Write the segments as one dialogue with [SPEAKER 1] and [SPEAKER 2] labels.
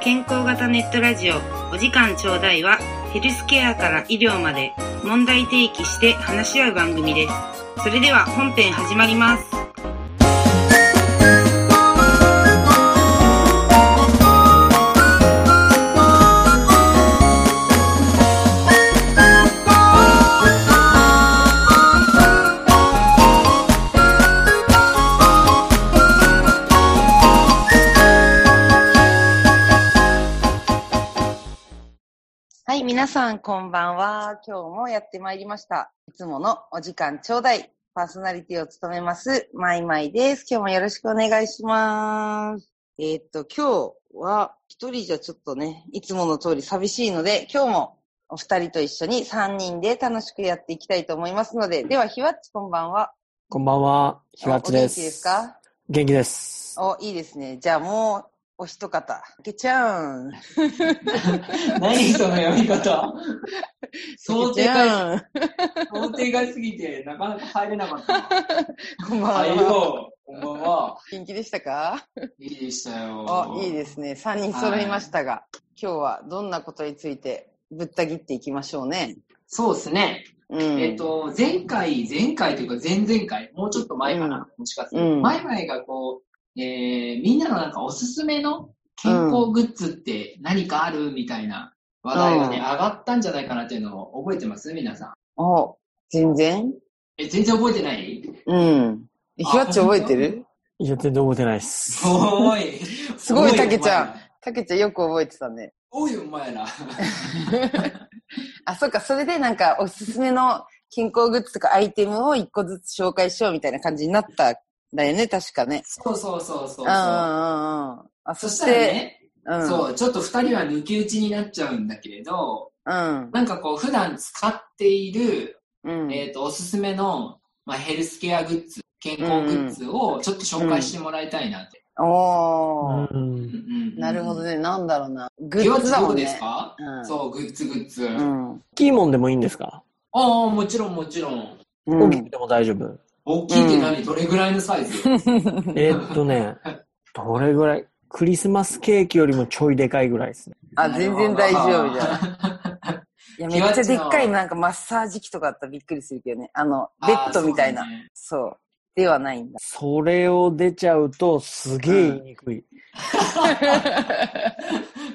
[SPEAKER 1] 健康型ネットラジオお時間ちょうだいはヘルスケアから医療まで問題提起して話し合う番組ですそれでは本編始まりますはい皆さんこんばんは今日もやってまいりましたいつものお時間ちょうだいパーソナリティを務めますまいまいです今日もよろしくお願いしますえーっと今日は一人じゃちょっとねいつもの通り寂しいので今日もお二人と一緒に三人で楽しくやっていきたいと思いますので、では、ひわっちこんばんは。
[SPEAKER 2] こんばんは、ひわっちで
[SPEAKER 1] お元気
[SPEAKER 2] す。
[SPEAKER 1] ですか
[SPEAKER 2] 元気です。
[SPEAKER 1] お、いいですね。じゃあもう、お一方。あけちゃん。
[SPEAKER 3] 何その読み方想定が、
[SPEAKER 1] あけ
[SPEAKER 3] 想定外すぎて、なかなか入れなかった。
[SPEAKER 1] ちゃん。こんば
[SPEAKER 3] はい
[SPEAKER 1] んは。
[SPEAKER 3] よ、こんばんは。
[SPEAKER 1] 元気でしたか
[SPEAKER 3] いいでしたよ。。
[SPEAKER 1] お、いいですすね。3人揃いましたが、今日はどんなことについてぶった切っていきましょうね。
[SPEAKER 3] そうですね。
[SPEAKER 1] うん。
[SPEAKER 3] えっ、と、前回、前回というか前々回、もうちょっと前かな、もしかする
[SPEAKER 1] う
[SPEAKER 3] と。
[SPEAKER 1] ん
[SPEAKER 3] 前々がこう、えー、みんなのなんかおすすめの健康グッズって何かあるみたいな話題がね、
[SPEAKER 1] うん
[SPEAKER 3] 上がったんじゃないかなっていうのを覚えてます皆さん。
[SPEAKER 1] お、全然
[SPEAKER 3] え、全然覚えてない
[SPEAKER 1] うん。えひわっち覚えてる
[SPEAKER 2] いや、全然覚えてないです。
[SPEAKER 3] おーい。
[SPEAKER 1] すごい
[SPEAKER 3] お
[SPEAKER 1] たけちゃん
[SPEAKER 3] お前ら
[SPEAKER 1] たけちゃんよく覚えてたね。
[SPEAKER 3] おい、お前ら。
[SPEAKER 1] あ、そっか、それでなんかおすすめの健康グッズとかアイテムを一個ずつ紹介しようみたいな感じになったんだよね、確かね。
[SPEAKER 3] そうそうそうそうそう。
[SPEAKER 1] あああああそ
[SPEAKER 3] そし
[SPEAKER 1] した
[SPEAKER 3] ら
[SPEAKER 1] て、
[SPEAKER 3] ね、
[SPEAKER 1] うん
[SPEAKER 3] そう、ちょっと二人は抜き打ちになっちゃうんだけれど、
[SPEAKER 1] うん。
[SPEAKER 3] なんかこう、普段使っている、
[SPEAKER 1] うん。
[SPEAKER 3] えっ、と、おすすめの、まあ、ヘルスケアグッズ、健康グッズをちょっと紹介してもらいたいなって。
[SPEAKER 2] う
[SPEAKER 1] おー、
[SPEAKER 2] ん。
[SPEAKER 1] なるほど
[SPEAKER 3] ね。
[SPEAKER 1] ね。なんだろうな。グ
[SPEAKER 3] グッ
[SPEAKER 1] ッズ
[SPEAKER 3] ズ
[SPEAKER 1] だ
[SPEAKER 3] ど
[SPEAKER 1] も
[SPEAKER 3] うん
[SPEAKER 1] ね。
[SPEAKER 3] ですか、
[SPEAKER 1] うん
[SPEAKER 3] そう、グッズグッズ。
[SPEAKER 1] う
[SPEAKER 3] あ
[SPEAKER 1] ん。
[SPEAKER 2] 大きいもんでもいいんですか、
[SPEAKER 3] あ、もちろんもちろん。
[SPEAKER 1] う
[SPEAKER 2] 大き
[SPEAKER 1] ん
[SPEAKER 2] くても大丈夫。
[SPEAKER 3] 大きいって何、どれぐらいのサイズ
[SPEAKER 2] えーっとね、どれぐらいクリスマスケーキよりもちょいでかいぐらいですね。
[SPEAKER 1] あ、全然大丈夫じ ゃん。いや、め
[SPEAKER 3] ひわ
[SPEAKER 1] っ
[SPEAKER 3] っち
[SPEAKER 1] ちゃ
[SPEAKER 3] の
[SPEAKER 1] でっかいなんかマッサージ機とかあったらびっくりするけどね。あの、ベッドみたいな。
[SPEAKER 3] あーそうだね
[SPEAKER 1] そう,、ではないんだ。
[SPEAKER 2] それを出ちゃうと、すげえ言いにくい。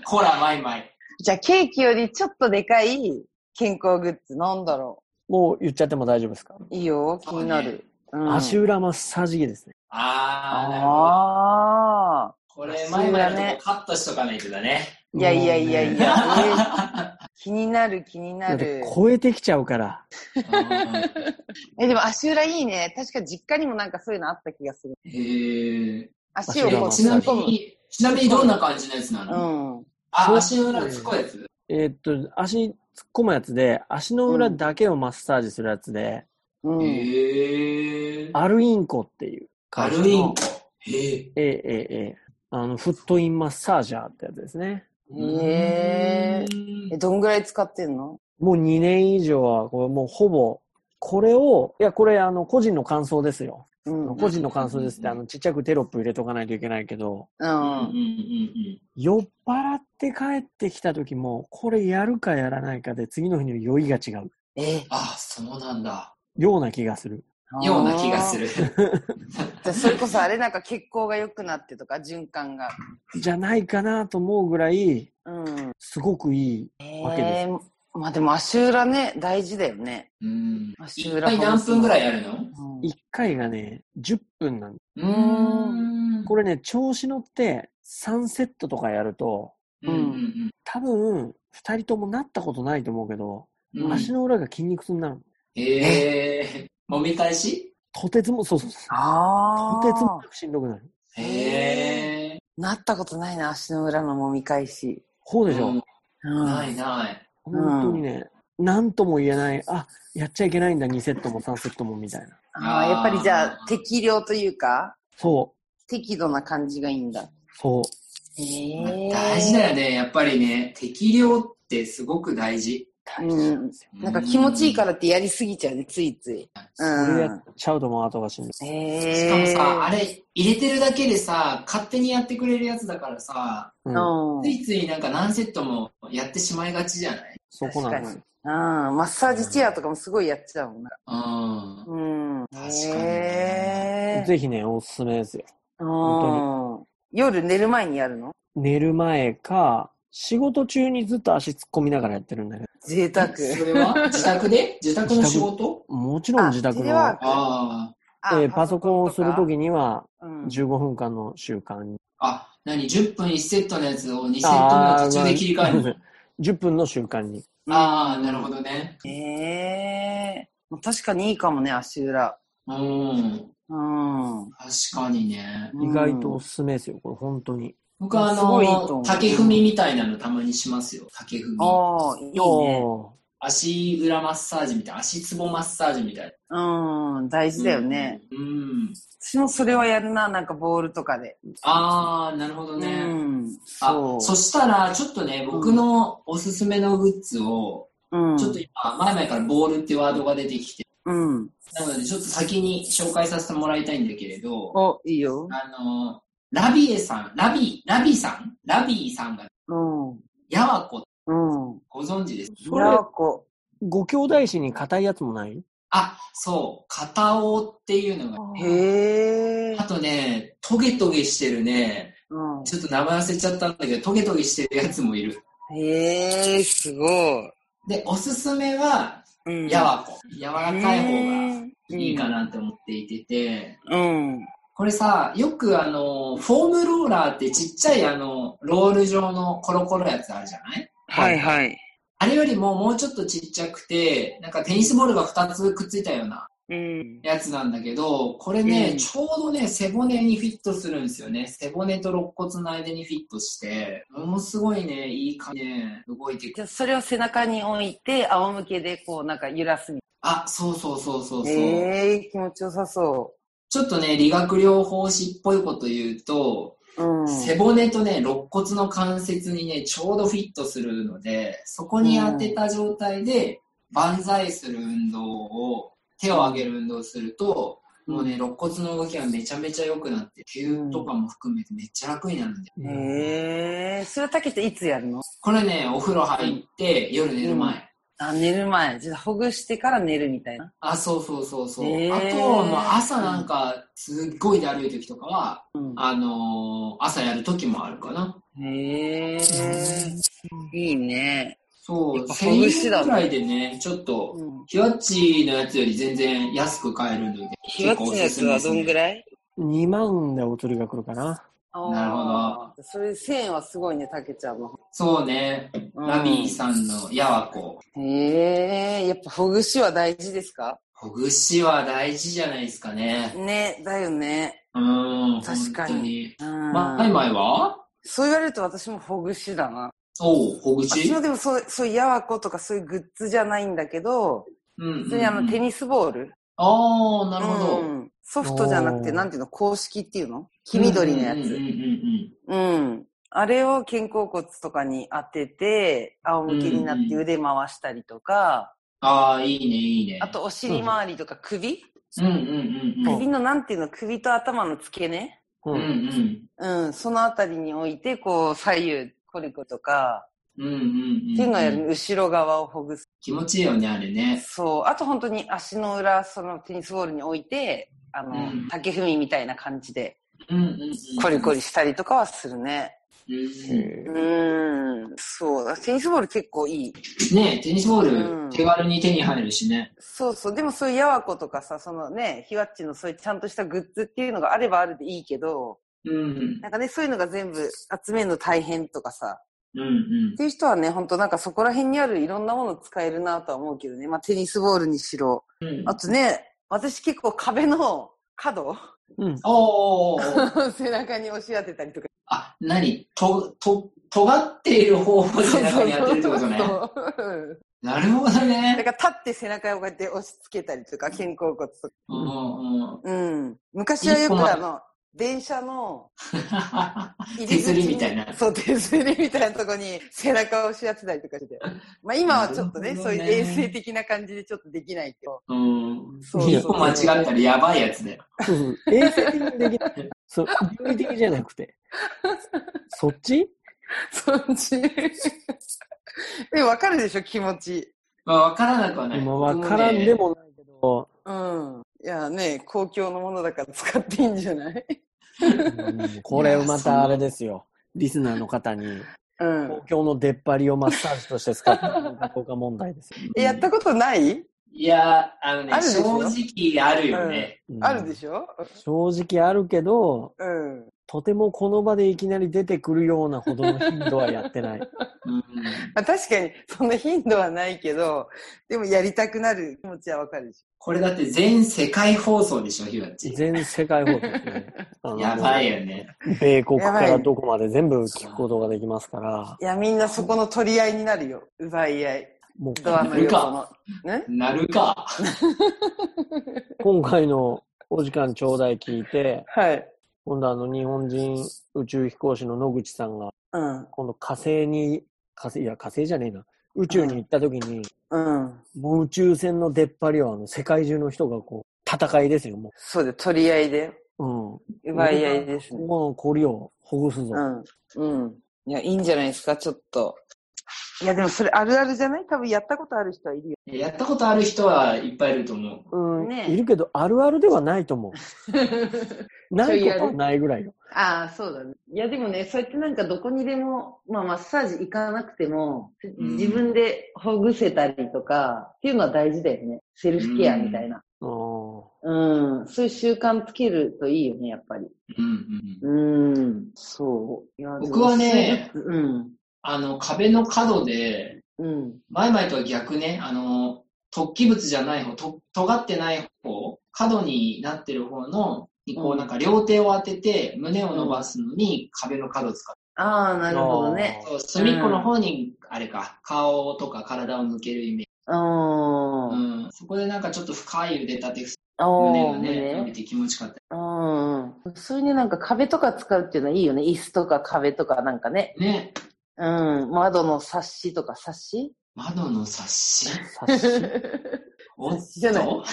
[SPEAKER 3] こら、マイマイ。
[SPEAKER 1] じゃあ、ケーキよりちょっとでかい健康グッズなんだろ
[SPEAKER 2] もう言っちゃっても大丈夫ですか、
[SPEAKER 1] う。いいよ、気になる。うん、
[SPEAKER 2] 足裏マッサージ器ですね。
[SPEAKER 3] ああ、なるほど。
[SPEAKER 1] あ
[SPEAKER 3] これ、前々のとこカットしとかないとだね。
[SPEAKER 1] あ。いやいやいやいや、
[SPEAKER 2] も
[SPEAKER 1] えー 気になる気に
[SPEAKER 2] だ
[SPEAKER 1] な
[SPEAKER 2] って
[SPEAKER 1] る。
[SPEAKER 2] 超えてきちゃうから。
[SPEAKER 1] え、でも足裏いいね。確か実家にもなんかそういうのあった気がする。
[SPEAKER 3] へー
[SPEAKER 1] 足をこう、
[SPEAKER 3] えちな
[SPEAKER 1] 突っ
[SPEAKER 3] み
[SPEAKER 1] 込む。
[SPEAKER 3] に、ちなみにどんな感じのやつな
[SPEAKER 1] う
[SPEAKER 3] の、
[SPEAKER 1] ん。
[SPEAKER 3] あ、足の裏突っ込むやつ
[SPEAKER 2] えーっと、足突っ込むやつで、足の裏だけをマッサージするやつで、
[SPEAKER 1] うん。
[SPEAKER 3] へぇー。
[SPEAKER 2] アルインコっていう
[SPEAKER 3] ア
[SPEAKER 2] 会社の。
[SPEAKER 3] ルインコ。へぇ
[SPEAKER 2] ええええええあの、フットインマッサージャーってやつですね。
[SPEAKER 1] へえ、
[SPEAKER 3] ー。
[SPEAKER 1] どんぐらい使ってんの
[SPEAKER 2] もう2年以上は、これもうほぼ、これを、いや、これあの、個人の感想ですよ。
[SPEAKER 1] うん。うん。
[SPEAKER 2] 個人の感想ですって、
[SPEAKER 3] うん
[SPEAKER 2] あの、ちっちゃくテロップ入れとかないといけないけど、
[SPEAKER 3] うんうんうん
[SPEAKER 2] 酔っ払って帰ってきた時も、これやるかやらないかで、次の日の酔いが違う。
[SPEAKER 1] え、
[SPEAKER 3] あ、そうなんだ。
[SPEAKER 2] ような気がする。
[SPEAKER 3] ような気が す。る。
[SPEAKER 1] じゃあそれこそあれなんか血行が良くなってとか、循環が。
[SPEAKER 2] じゃないかなと思うぐらい、
[SPEAKER 1] うん。
[SPEAKER 2] すごくいいわけです。
[SPEAKER 1] えー、まあでも足裏ね、大事だよね。
[SPEAKER 3] うん。
[SPEAKER 1] 足
[SPEAKER 3] 一
[SPEAKER 1] 裏
[SPEAKER 3] 体何分ぐらいやるの
[SPEAKER 1] うん
[SPEAKER 2] 1回がね、10分なん
[SPEAKER 3] う
[SPEAKER 1] ーん
[SPEAKER 3] ん。
[SPEAKER 2] これね、調子乗って3セットとかやると、
[SPEAKER 3] うんうん
[SPEAKER 2] 多分、二人ともなったことないと思うけど、
[SPEAKER 3] うんうん。
[SPEAKER 2] 足の裏が筋肉痛になるの。
[SPEAKER 3] へぇー。揉み返し
[SPEAKER 2] とてつも、そうそうそう。
[SPEAKER 1] あ
[SPEAKER 2] とてつもなくしんどくなる。
[SPEAKER 3] へぇー。
[SPEAKER 1] あ。なったことないな、足の裏の揉み返し。
[SPEAKER 2] そうでしょ。
[SPEAKER 3] うん
[SPEAKER 1] うん
[SPEAKER 3] ないない。
[SPEAKER 2] 本当にね、なんとも言えない、あ、やっちゃいけないんだ、2セットも3セットもみたいな。
[SPEAKER 1] ああ、やっぱりじゃあ適量というか、
[SPEAKER 2] そ
[SPEAKER 1] 適度な感じがいいんだ。
[SPEAKER 2] う、そう。
[SPEAKER 1] ええ
[SPEAKER 3] 大事だよね、やっぱりね。適量ってすごく大事。
[SPEAKER 2] 大事なんですよ。
[SPEAKER 1] なんか気持ちいいからってやりすぎちゃうね、ついつい。う
[SPEAKER 2] それや
[SPEAKER 1] ん
[SPEAKER 2] っ。ちゃうともう後がしんどい。
[SPEAKER 1] へ
[SPEAKER 3] しかもさ、あ
[SPEAKER 1] れ
[SPEAKER 3] れ、入れてるだけでさ、勝手にやってくれるやつだからさ、
[SPEAKER 2] う、
[SPEAKER 1] うんん。う
[SPEAKER 3] ついついなんか何セットもやってしまいがちじゃない
[SPEAKER 2] そこなんですよ。
[SPEAKER 1] ん。マッサージチェアとかもすごいやってたもんな。
[SPEAKER 3] うん。
[SPEAKER 1] うん。
[SPEAKER 3] 確かに
[SPEAKER 1] へー
[SPEAKER 2] ぜひね、おすすめですよ。
[SPEAKER 1] うん。夜寝る前にやるの
[SPEAKER 2] 寝る前か、仕事中にずっと足突っ込みながらやってるんだけ
[SPEAKER 1] 贅沢。
[SPEAKER 3] それ は自宅で自宅の仕事
[SPEAKER 2] ど、もちろん自
[SPEAKER 1] あ
[SPEAKER 2] 宅
[SPEAKER 1] テレワー
[SPEAKER 2] の
[SPEAKER 1] ク、
[SPEAKER 3] あ
[SPEAKER 1] あ
[SPEAKER 2] えーパソコンをするときには、
[SPEAKER 1] うん
[SPEAKER 2] 15分間の習慣に。
[SPEAKER 3] あ。あ、何 ?10 分1セットのやつを2セット目の途中で切り替えるの。
[SPEAKER 2] 10分の習慣に。
[SPEAKER 3] ああー、なるほどね。
[SPEAKER 1] へえー。確かにいいかもね、足裏。
[SPEAKER 3] うん。
[SPEAKER 1] うん。
[SPEAKER 3] 確かにね。
[SPEAKER 2] 意外とおすすめですよ、これ本当に。
[SPEAKER 3] 僕はあ
[SPEAKER 1] すごいいいと思
[SPEAKER 3] の
[SPEAKER 1] う、
[SPEAKER 3] 竹踏みみたいなのたまにしますよ。竹踏み。
[SPEAKER 1] ああ、いいね。
[SPEAKER 2] お
[SPEAKER 3] 足裏マッサージみたいな、足つぼマッサージみたい
[SPEAKER 1] うん、大
[SPEAKER 3] な。
[SPEAKER 1] 事だよね。。
[SPEAKER 3] うん。
[SPEAKER 1] 私もそれはやるな、なんかボールとかで。
[SPEAKER 3] ああ、なるほど
[SPEAKER 1] う
[SPEAKER 3] ね。
[SPEAKER 1] ん。
[SPEAKER 3] あ
[SPEAKER 2] そ
[SPEAKER 3] そうしたら、ちょっとね、僕のおすすめのグッズを、
[SPEAKER 1] うん。
[SPEAKER 3] ちょっと今、前々からボールってワードが出てきて、
[SPEAKER 1] うん。
[SPEAKER 3] なのでちょっと先に紹介させてもらいたいんだけれど、
[SPEAKER 1] お、いいよ。
[SPEAKER 3] あの、ラビエさん、ラビ、ラビさんラビーさんが、
[SPEAKER 1] うん。
[SPEAKER 3] ヤワコ
[SPEAKER 1] うん。
[SPEAKER 3] ご存知ですか
[SPEAKER 2] それ
[SPEAKER 1] やこ。
[SPEAKER 2] うご兄弟子に硬いやつもない
[SPEAKER 3] あ、そう、片尾っていうのが、
[SPEAKER 1] へえ
[SPEAKER 3] あ。とね、トゲトゲしてるね、
[SPEAKER 1] う
[SPEAKER 3] ちょっと名前忘れちゃったんだけど、トゲトゲしてるやつもいる。
[SPEAKER 1] ん。へえ、すごい。
[SPEAKER 3] で、おすすめは、
[SPEAKER 1] うん
[SPEAKER 3] ヤワコ。柔らかい方が
[SPEAKER 1] が
[SPEAKER 3] いいか。なって思っていてて、
[SPEAKER 1] うん。
[SPEAKER 3] これさ、よくあの、フォームローラーってちっちゃいあの、ロール状のコロコロやつあるじゃない
[SPEAKER 1] はいはい。
[SPEAKER 3] あれよりももうちょっとちっちゃくて、なんかテニスボールが2つくっついたような
[SPEAKER 1] うん。
[SPEAKER 3] やつなんだけど、これね、
[SPEAKER 1] うん
[SPEAKER 3] ちょうどね、背骨にフィットするんですよね。背骨と肋骨の間にフィットして、ものすごいね、いい感じでね動いてく
[SPEAKER 1] じゃ
[SPEAKER 3] る。
[SPEAKER 1] あそれを背中に置いて、仰向けでこうなんか揺らすみ
[SPEAKER 3] あ、そうそうそうそう
[SPEAKER 1] た
[SPEAKER 3] そう。
[SPEAKER 1] いな。へえ、気持ちよさそ
[SPEAKER 3] ちょっとね、理学療法士っぽいこと言うと、
[SPEAKER 1] う。うん。
[SPEAKER 3] 背骨とね、肋骨の関節にね、ちょうどフィットするので、そこに当てた状態で、万歳する運動を、手を上げる運動をすると、もうね、肋骨の動きがめちゃめちゃ良くなって、吸引とかも含めてめっちゃ楽になるんで。
[SPEAKER 1] へえ、それはたけちゃんいつやるの
[SPEAKER 3] これね、お風呂入って、夜寝る前。
[SPEAKER 1] あ、寝る前。じゃあほぐしてから寝るみたいな。
[SPEAKER 3] あ、そうそうそうそう。
[SPEAKER 1] へー
[SPEAKER 3] あと、まあ朝なんか、すっごいだるい時とかは、
[SPEAKER 1] うん。
[SPEAKER 3] あのー朝やる時もあるかな。
[SPEAKER 1] へえ、いいね。
[SPEAKER 3] そ
[SPEAKER 1] やっ
[SPEAKER 3] う、
[SPEAKER 1] ぱ
[SPEAKER 3] 1000
[SPEAKER 1] ほぐしだ
[SPEAKER 3] 円ぐらいでね、ちょっと、
[SPEAKER 1] うん。
[SPEAKER 3] ひわっちのやつより全然安く買えるので、
[SPEAKER 1] ひわっちのやつはどんぐ
[SPEAKER 3] い
[SPEAKER 1] らい
[SPEAKER 2] 2万でお釣りが来るかな。
[SPEAKER 3] なるほど
[SPEAKER 1] あーそれ1000円はすごいね、たけちゃんの。
[SPEAKER 3] そうね、ラビーさんのやわこ。
[SPEAKER 1] うん。へえ、やっぱほぐしは大事ですか
[SPEAKER 3] ほぐしは大事じゃないですかね。
[SPEAKER 1] ね、だよね。
[SPEAKER 3] うーん、
[SPEAKER 1] 確かに
[SPEAKER 3] 本当に。
[SPEAKER 1] うん。
[SPEAKER 3] ま、マイマイは
[SPEAKER 1] そう言われると私もほぐしだな。
[SPEAKER 3] おう、ほぐ
[SPEAKER 1] 私
[SPEAKER 3] し
[SPEAKER 1] もでもそう、そういうやわことかそういうグッズじゃないんだけど、
[SPEAKER 3] うんうんうん
[SPEAKER 1] 普通にあのテニスボール。
[SPEAKER 3] ああ、なるほど。
[SPEAKER 1] う
[SPEAKER 3] うん
[SPEAKER 1] んソフトじゃなくて、
[SPEAKER 2] おー
[SPEAKER 1] なんていうの、公式っていうの黄緑のや
[SPEAKER 3] うんうんうん
[SPEAKER 1] つ。
[SPEAKER 3] うん
[SPEAKER 1] うん。あれを肩甲骨とかに当てて、仰向けになって腕回したりとか、
[SPEAKER 3] ああ、いいね、いいね。
[SPEAKER 1] あ、とお尻周りとか首
[SPEAKER 3] うんうんうん
[SPEAKER 1] 首のなんていうの、首と頭の付け根
[SPEAKER 2] う
[SPEAKER 3] うん。うん
[SPEAKER 2] ん。
[SPEAKER 1] うん、そのあたりに置いて、こう、左右、コリコとか、
[SPEAKER 3] うん。うんうんうん。
[SPEAKER 1] っていうのをやる、後ろ側をほぐす。
[SPEAKER 3] 気持ちいいよね、あれね。
[SPEAKER 1] そう。あと本当に足の裏、そのテニスボールに置いて、あの、
[SPEAKER 3] うん
[SPEAKER 1] 竹踏みみたいな感じで、
[SPEAKER 3] うんうんうん。
[SPEAKER 1] コリコリしたりとかはするね。
[SPEAKER 3] うん
[SPEAKER 2] へ
[SPEAKER 1] うーん、そう。テニスボール結構いい。
[SPEAKER 3] ねテニスボ
[SPEAKER 1] うん
[SPEAKER 3] ール、手軽に手に入るしね。
[SPEAKER 1] そうそう。でもそういうやわことかさ、そのね、ひわっちのそういうちゃんとしたグッズっていうのがあればあるでいいけど、
[SPEAKER 3] うん。
[SPEAKER 1] なんかね、そういうのが全部集めるの大変とかさ、
[SPEAKER 3] うんうん
[SPEAKER 1] っ。ていう人はね、本当なんかそこら辺にあるいろんなもの使えるなとは思うけどね。まあテニスボールにしろ。
[SPEAKER 3] うん
[SPEAKER 1] あとね、私結構壁の角
[SPEAKER 2] うん。
[SPEAKER 3] おーおーおーおー
[SPEAKER 1] 背中に押し当てたりとか。
[SPEAKER 3] あ、なにと、と、尖っている方法で背中に当てるってことね。
[SPEAKER 1] そう
[SPEAKER 3] なるほど
[SPEAKER 1] だ か
[SPEAKER 3] ね。
[SPEAKER 1] ら立って背中をこうやって押し付けたりとか、肩甲骨とか。
[SPEAKER 3] うんうんうん。
[SPEAKER 1] うん。昔はよくあの、電車の入
[SPEAKER 3] 手
[SPEAKER 1] り口
[SPEAKER 3] す
[SPEAKER 1] に
[SPEAKER 3] りみたいな
[SPEAKER 1] そう、手すりみたいなとこに背中を押しやってたりとかして。まあ今はちょっとね、
[SPEAKER 3] なる
[SPEAKER 1] そ
[SPEAKER 3] ほど
[SPEAKER 1] う
[SPEAKER 3] ね
[SPEAKER 1] いう衛生的な感じでちょっとできないけど。
[SPEAKER 3] うん。
[SPEAKER 1] そう
[SPEAKER 2] そう
[SPEAKER 3] 一歩間違ったらやばいやつだよ。
[SPEAKER 2] そうそう。衛生的にできない。そう、倫理的じゃなくて。そっち
[SPEAKER 1] そっち。 え、わかるでしょ、気持ち。
[SPEAKER 3] まあ、わからなくはない。
[SPEAKER 2] 今わからんで
[SPEAKER 3] 僕ね。
[SPEAKER 2] もないけど、
[SPEAKER 1] うん。いやね、公共のものだから使っていいんじゃない
[SPEAKER 2] うんこれまたあれですよ。リスナーの方に、
[SPEAKER 1] うん
[SPEAKER 2] 公。共の出っ張りをマッサージとして使ってるのかどうか問題ですよ。
[SPEAKER 1] え、やったことない
[SPEAKER 3] いや、あのね
[SPEAKER 1] あ、るでしょ
[SPEAKER 3] 正直あるよね。
[SPEAKER 2] うん
[SPEAKER 1] あるでしょ
[SPEAKER 2] 正直あるけど、
[SPEAKER 1] うん。
[SPEAKER 2] とてもこの場でいきなり出てくるようなほどの頻度はやってない。
[SPEAKER 3] うん。
[SPEAKER 1] まあ、確かに、そんな頻度はないけど、でもやりたくなる気持ちはわかるでし
[SPEAKER 3] これだって全世界放送でしょ、ひろっち。
[SPEAKER 2] 全世界放送で すね。あの
[SPEAKER 3] やばいよね。
[SPEAKER 2] 米国からどこまで全部聞くことができますから、
[SPEAKER 1] ょ。いや、みんなそこの取り合いになるよ。奪い合い。
[SPEAKER 2] もう
[SPEAKER 1] ドアの横の。ね
[SPEAKER 3] なるか。
[SPEAKER 2] 今回のお時間ちょうだい聞いて、
[SPEAKER 1] はい。
[SPEAKER 2] 今度あの日本人宇宙飛行士の野口さんが、
[SPEAKER 1] うん。
[SPEAKER 2] 今度火星に、火星、いや火星じゃねえな、宇宙に行った時に、
[SPEAKER 1] うん。
[SPEAKER 2] もう宇宙船の出っ張りをあの世界中の人がこう、戦いですよ、も
[SPEAKER 1] そうで、取り合いで。
[SPEAKER 2] う。うん。
[SPEAKER 1] 奪い合いです
[SPEAKER 2] こ
[SPEAKER 1] ね。
[SPEAKER 2] この氷をほぐすぞ。
[SPEAKER 1] うん。うん。いや、いいんじゃないですか、ちょっと。いや、でもそれあるあるじゃない多分やったことある人はいるよ。
[SPEAKER 3] やったことある人はいっぱいいると思う。
[SPEAKER 2] うん、
[SPEAKER 1] ねえ
[SPEAKER 2] いるけど、あるあるではないと思 う。ないことはないぐらいよ。
[SPEAKER 1] ああ、そうだね。いや、でもね、そうやってなんかどこにでも、まあマッサージ行かなくても、
[SPEAKER 3] うん
[SPEAKER 1] 自分でほぐせたりとか、っていうのは大事だよね。セルフケアみたいな。
[SPEAKER 2] うん
[SPEAKER 1] うん、そういう習慣つけるといいよね、やっぱり。
[SPEAKER 3] うんうん。
[SPEAKER 1] うん、そう。いや
[SPEAKER 3] 僕はね、
[SPEAKER 1] でもうん、
[SPEAKER 3] あの、壁の角で、
[SPEAKER 1] うん。
[SPEAKER 3] 前々とは逆ね、あの、突起物じゃない方、と、尖ってない方、角になってる方の、に
[SPEAKER 1] う
[SPEAKER 3] こう、
[SPEAKER 1] ん
[SPEAKER 3] なんか両手を当てて、胸を伸ばすのに壁の角を使
[SPEAKER 1] ああ、なるほどね。
[SPEAKER 3] う。そう、隅っこの方に、あれか、顔とか体を向けるイメージ。
[SPEAKER 1] ああ、
[SPEAKER 3] う
[SPEAKER 1] うん、
[SPEAKER 3] ん。そこでなんかちょっと深い腕立て、
[SPEAKER 1] あ
[SPEAKER 3] 胸
[SPEAKER 1] ー
[SPEAKER 3] がね、伸び
[SPEAKER 1] 胸
[SPEAKER 3] て気持ちよかった。
[SPEAKER 1] うん。そういうね、なんか壁とか使うっていうのはいいよね。椅子とか壁とかなんかね。
[SPEAKER 3] ね、
[SPEAKER 1] うん。窓の冊子とか冊子
[SPEAKER 3] 窓の冊子。
[SPEAKER 2] 察し
[SPEAKER 3] おっ
[SPEAKER 1] 冊子じゃない
[SPEAKER 3] と
[SPEAKER 1] なん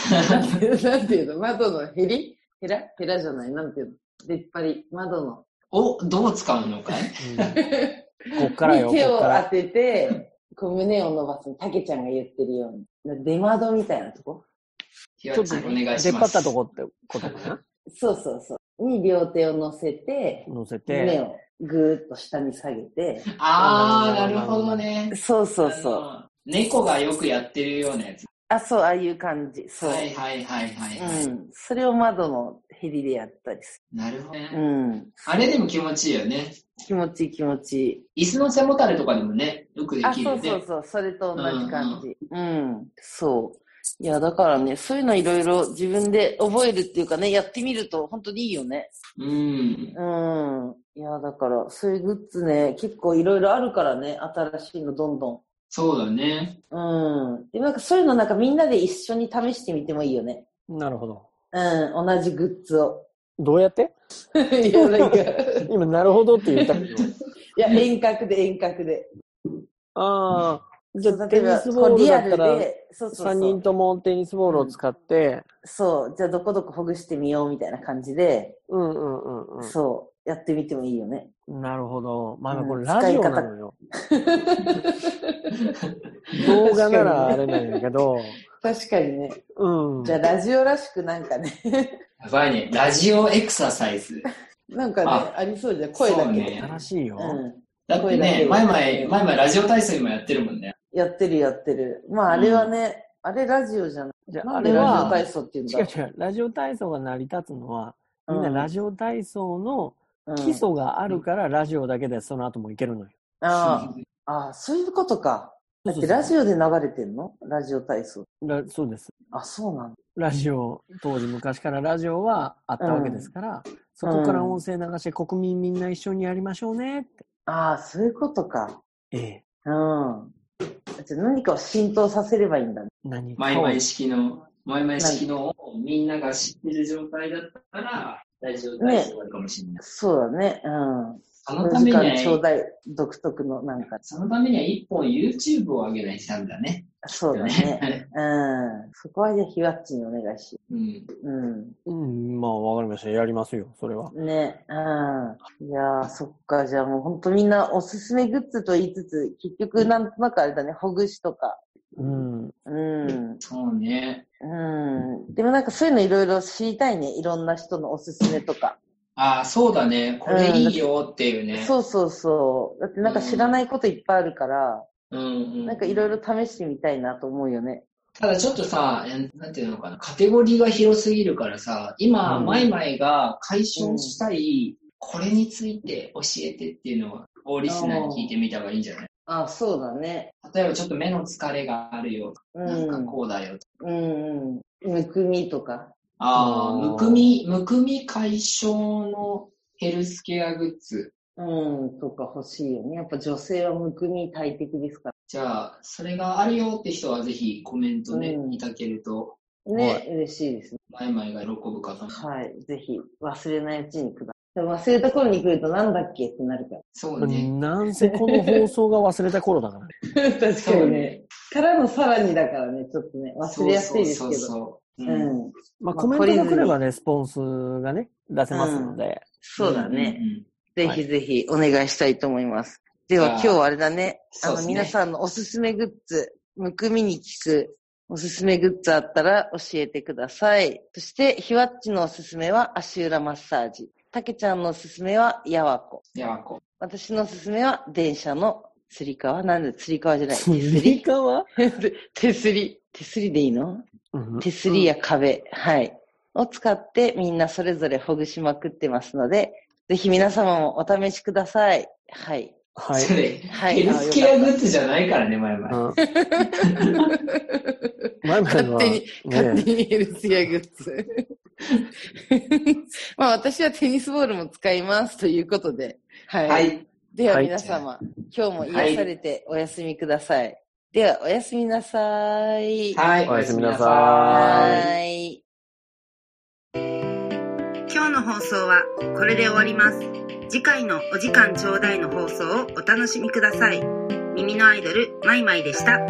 [SPEAKER 1] ていう なんていうの窓のへりへらへらじゃないなんていうの出っ張り。窓の。
[SPEAKER 3] お、どう使うのかい
[SPEAKER 2] うんこっから
[SPEAKER 1] に
[SPEAKER 2] よ、こ
[SPEAKER 1] 手
[SPEAKER 2] っ
[SPEAKER 1] を
[SPEAKER 2] か
[SPEAKER 1] 当
[SPEAKER 2] ら。
[SPEAKER 1] てて、こう胸を伸ばす。たけちゃんが言ってるように。出窓みたいなとこ
[SPEAKER 3] ひわちゃんお願いします。
[SPEAKER 2] 出っ張ったとこってことかな
[SPEAKER 1] そうそうそう。に両手を乗せて、
[SPEAKER 2] 乗せ
[SPEAKER 1] 胸
[SPEAKER 2] て。
[SPEAKER 1] をぐーっと下に下げて、
[SPEAKER 3] あー、なるほどね。
[SPEAKER 1] そうそうそう。
[SPEAKER 3] う。猫がよくやってるようなやつ。
[SPEAKER 1] あ、そう、ああいう感じ。そう。
[SPEAKER 3] はいはいはいはい。
[SPEAKER 1] うん。それを窓のヘリでやったりす
[SPEAKER 3] なるほどね、
[SPEAKER 1] る。うん。
[SPEAKER 3] あれでも気持ちいいよね。
[SPEAKER 1] 気持ちいい気持ちいい。
[SPEAKER 3] 椅子の背もたれとかでもね、よくで
[SPEAKER 1] あ、
[SPEAKER 3] き
[SPEAKER 1] そ
[SPEAKER 3] る
[SPEAKER 1] うそう
[SPEAKER 3] ね。
[SPEAKER 1] そう。それと同じ感じ。うん。そう。いや、だからね、そういうのいろいろ自分で覚えるっていうかね、やってみると本当にいいよね。
[SPEAKER 3] うん。
[SPEAKER 1] うん。いや、だから、そういうグッズね、結構いろいろあるからね、新しいのどんどん。
[SPEAKER 3] そうだ ね。
[SPEAKER 1] うん。でもなんかそういうのなんかみんなで一緒に試してみてもいいよね。
[SPEAKER 2] なるほど。
[SPEAKER 1] うん、同じグッズ を。
[SPEAKER 2] どう やって
[SPEAKER 1] いや、なんか、い
[SPEAKER 2] 今、なるほどって言ったけど。
[SPEAKER 1] や、遠隔で遠隔で。
[SPEAKER 2] ああ、じゃあ
[SPEAKER 1] 例
[SPEAKER 2] テ
[SPEAKER 1] えば
[SPEAKER 2] ニスボー
[SPEAKER 1] こう
[SPEAKER 2] ル
[SPEAKER 1] リ
[SPEAKER 2] だ
[SPEAKER 1] ア
[SPEAKER 2] った
[SPEAKER 1] ル
[SPEAKER 2] ら、
[SPEAKER 1] で、そうそう
[SPEAKER 2] 3
[SPEAKER 1] そ
[SPEAKER 2] 人
[SPEAKER 1] う。
[SPEAKER 2] ともテニスボールを使って、
[SPEAKER 1] そう、じゃあどこどこほぐしてみようみたいな感じで、
[SPEAKER 2] うんうんうんう
[SPEAKER 1] そう、やってみてもいいよね。
[SPEAKER 2] ん。なるほど。まあ
[SPEAKER 1] うん
[SPEAKER 2] これラジオなのよ。 動画ならあれなんだけど、
[SPEAKER 1] 確かにね。
[SPEAKER 2] うん。
[SPEAKER 1] じゃあラジオらしくなんかね、
[SPEAKER 3] やばいね。ラジオエクササイズ。
[SPEAKER 1] なんかね、あ
[SPEAKER 3] あ
[SPEAKER 1] りそうじゃん、声だけ
[SPEAKER 3] そう
[SPEAKER 1] で。
[SPEAKER 3] ね
[SPEAKER 2] 新しいよ。
[SPEAKER 1] うん
[SPEAKER 3] だってね、前々、前々ラジオ体操今やってるもんね。
[SPEAKER 1] やってるやってる。まああれはね、あれラジオじゃない。
[SPEAKER 2] じゃあ
[SPEAKER 1] な
[SPEAKER 2] あ
[SPEAKER 1] んで
[SPEAKER 2] れ
[SPEAKER 1] ラジオ
[SPEAKER 2] は、
[SPEAKER 1] 体操っていうんだ
[SPEAKER 2] 違う違う、ラジオ体操が成り立つのは、みんなラジオ体操の
[SPEAKER 1] オ
[SPEAKER 2] 基礎があるから、ラジオだけでその後もいけるのよ。
[SPEAKER 1] ああああ、そういうことか。だってラジオで流れてんのラジオ体操。
[SPEAKER 2] ラそうです。
[SPEAKER 1] あ、そうなんだ。
[SPEAKER 2] ラジオ、当時昔からラジオはあったわけですから、そこから音声流して国民みんな一緒にやりましょうねって。
[SPEAKER 1] ああ、そういうことか。
[SPEAKER 2] ええ。
[SPEAKER 1] うん。じゃあ何かを浸透させればいいんだね。
[SPEAKER 2] 何かを
[SPEAKER 3] 前々式の、前々式のをみんなが知ってる状態だったら、ラジオ体操あるかもしれない。
[SPEAKER 1] そうだね。うん。
[SPEAKER 3] そ
[SPEAKER 1] こ
[SPEAKER 3] の
[SPEAKER 1] の
[SPEAKER 3] た
[SPEAKER 1] 時
[SPEAKER 3] めに
[SPEAKER 1] 間ちょう
[SPEAKER 3] は、
[SPEAKER 1] だい独特のなんか、
[SPEAKER 3] そのためには一本 YouTube を上げないとダメだね。
[SPEAKER 1] そうだね。うん。そこはね、ひわっちにお願いし。
[SPEAKER 3] うん。
[SPEAKER 1] うん。
[SPEAKER 2] うん、まあ、わかりました。やりますよ、それは。
[SPEAKER 1] ね、うん。いやー、そっか。じゃあもうほんとみんなおすすめグッズと言いつつ、結局なんとなくあれだね、ほぐしとか。
[SPEAKER 2] うん。
[SPEAKER 1] うん。
[SPEAKER 3] そうね。
[SPEAKER 1] うん。でもなんかそういうのいろいろ知りたいね。いろんな人のおすすめとか。
[SPEAKER 3] ああ、そうだね。これいいよっていうね。
[SPEAKER 1] そうそうそう。だってなんか知らないこといっぱいあるから、
[SPEAKER 3] うんうん。
[SPEAKER 1] なんかいろいろ試してみたいなと思うよね。
[SPEAKER 3] ただちょっとさ、えんなんていうのかな、カテゴリーが広すぎるからさ、今、
[SPEAKER 2] うん
[SPEAKER 3] マイマイが解消したい、これについて教えてっていうのは、をリスナーに聞いてみた方がいいんじゃない
[SPEAKER 1] あ、そうだね。
[SPEAKER 3] 例えばちょっと目の疲れがあるよ、
[SPEAKER 1] う
[SPEAKER 3] なんか
[SPEAKER 1] ん。
[SPEAKER 3] こうだよ。
[SPEAKER 1] うんうん。むくみとか。
[SPEAKER 3] ああ、
[SPEAKER 2] うん
[SPEAKER 3] むくみ、むくみ解消のヘルスケアグッズ。
[SPEAKER 1] うん、とか欲しいよね。やっぱ女性はむくみ大敵ですか
[SPEAKER 3] じゃあ、それがあるよって人はぜひコメントね、
[SPEAKER 1] うん
[SPEAKER 3] いただけると、
[SPEAKER 1] ら。
[SPEAKER 2] は
[SPEAKER 1] ね、嬉しいですね。
[SPEAKER 3] マイマイが喜ぶかと思う。
[SPEAKER 1] はい、ぜひ忘れないうちにください。忘れた頃に来るとなんだっけってなるから。
[SPEAKER 3] そうね。
[SPEAKER 2] なんせこの放送が忘れた頃だから。
[SPEAKER 1] 確
[SPEAKER 3] そう。ね。
[SPEAKER 1] からのさらにだからね、ちょっとね、忘れやすいです
[SPEAKER 3] そう
[SPEAKER 1] け
[SPEAKER 3] そう
[SPEAKER 1] ど。
[SPEAKER 3] そう
[SPEAKER 1] う
[SPEAKER 3] そう。うん
[SPEAKER 1] ん。
[SPEAKER 2] まあ、
[SPEAKER 1] まあ
[SPEAKER 2] コメントが来ればね、スポンスがね、出せますので。
[SPEAKER 1] そうだね。。
[SPEAKER 3] ん
[SPEAKER 1] ぜひぜひお願いしたいと思います。では
[SPEAKER 3] じゃ
[SPEAKER 1] 今
[SPEAKER 3] あ
[SPEAKER 1] 日はあれだね、あ
[SPEAKER 3] そうで
[SPEAKER 1] の
[SPEAKER 3] すね
[SPEAKER 1] 皆さんのおすすめグッズ、むくみに効くおすすめグッズあったら教えてください。そして、ひわっちのおすすめは足裏マッサージ。たけちゃんのおすすめはやわこ。
[SPEAKER 3] やわこ。
[SPEAKER 1] 私のおすすめは電車のつり革。なんでつり革じゃない。
[SPEAKER 2] スリカは
[SPEAKER 1] 手すり。手すりでいいの手すりや壁、はい。を使ってみんなそれぞれほぐしまくってますので、ぜひ皆様もお試しください。はい。
[SPEAKER 2] はい。
[SPEAKER 3] それ、
[SPEAKER 1] はい
[SPEAKER 3] ヘルスケアグッズじゃないからね、前
[SPEAKER 2] う
[SPEAKER 3] 々。
[SPEAKER 2] ん 前々は、ね、
[SPEAKER 1] 手にヘルスやグッズ。 まあ私はテニスボールも使いますということで。はい
[SPEAKER 3] はい。
[SPEAKER 1] では
[SPEAKER 2] はい
[SPEAKER 1] 皆様、今日も癒されてお休みください。ではおやすみなさい。
[SPEAKER 3] はい。
[SPEAKER 2] おやすみなさい
[SPEAKER 1] はーい。今日の放送はこれで終わります。次回のお時間ちょうだいの放送をお楽しみください。耳のアイドル、マイマイでした。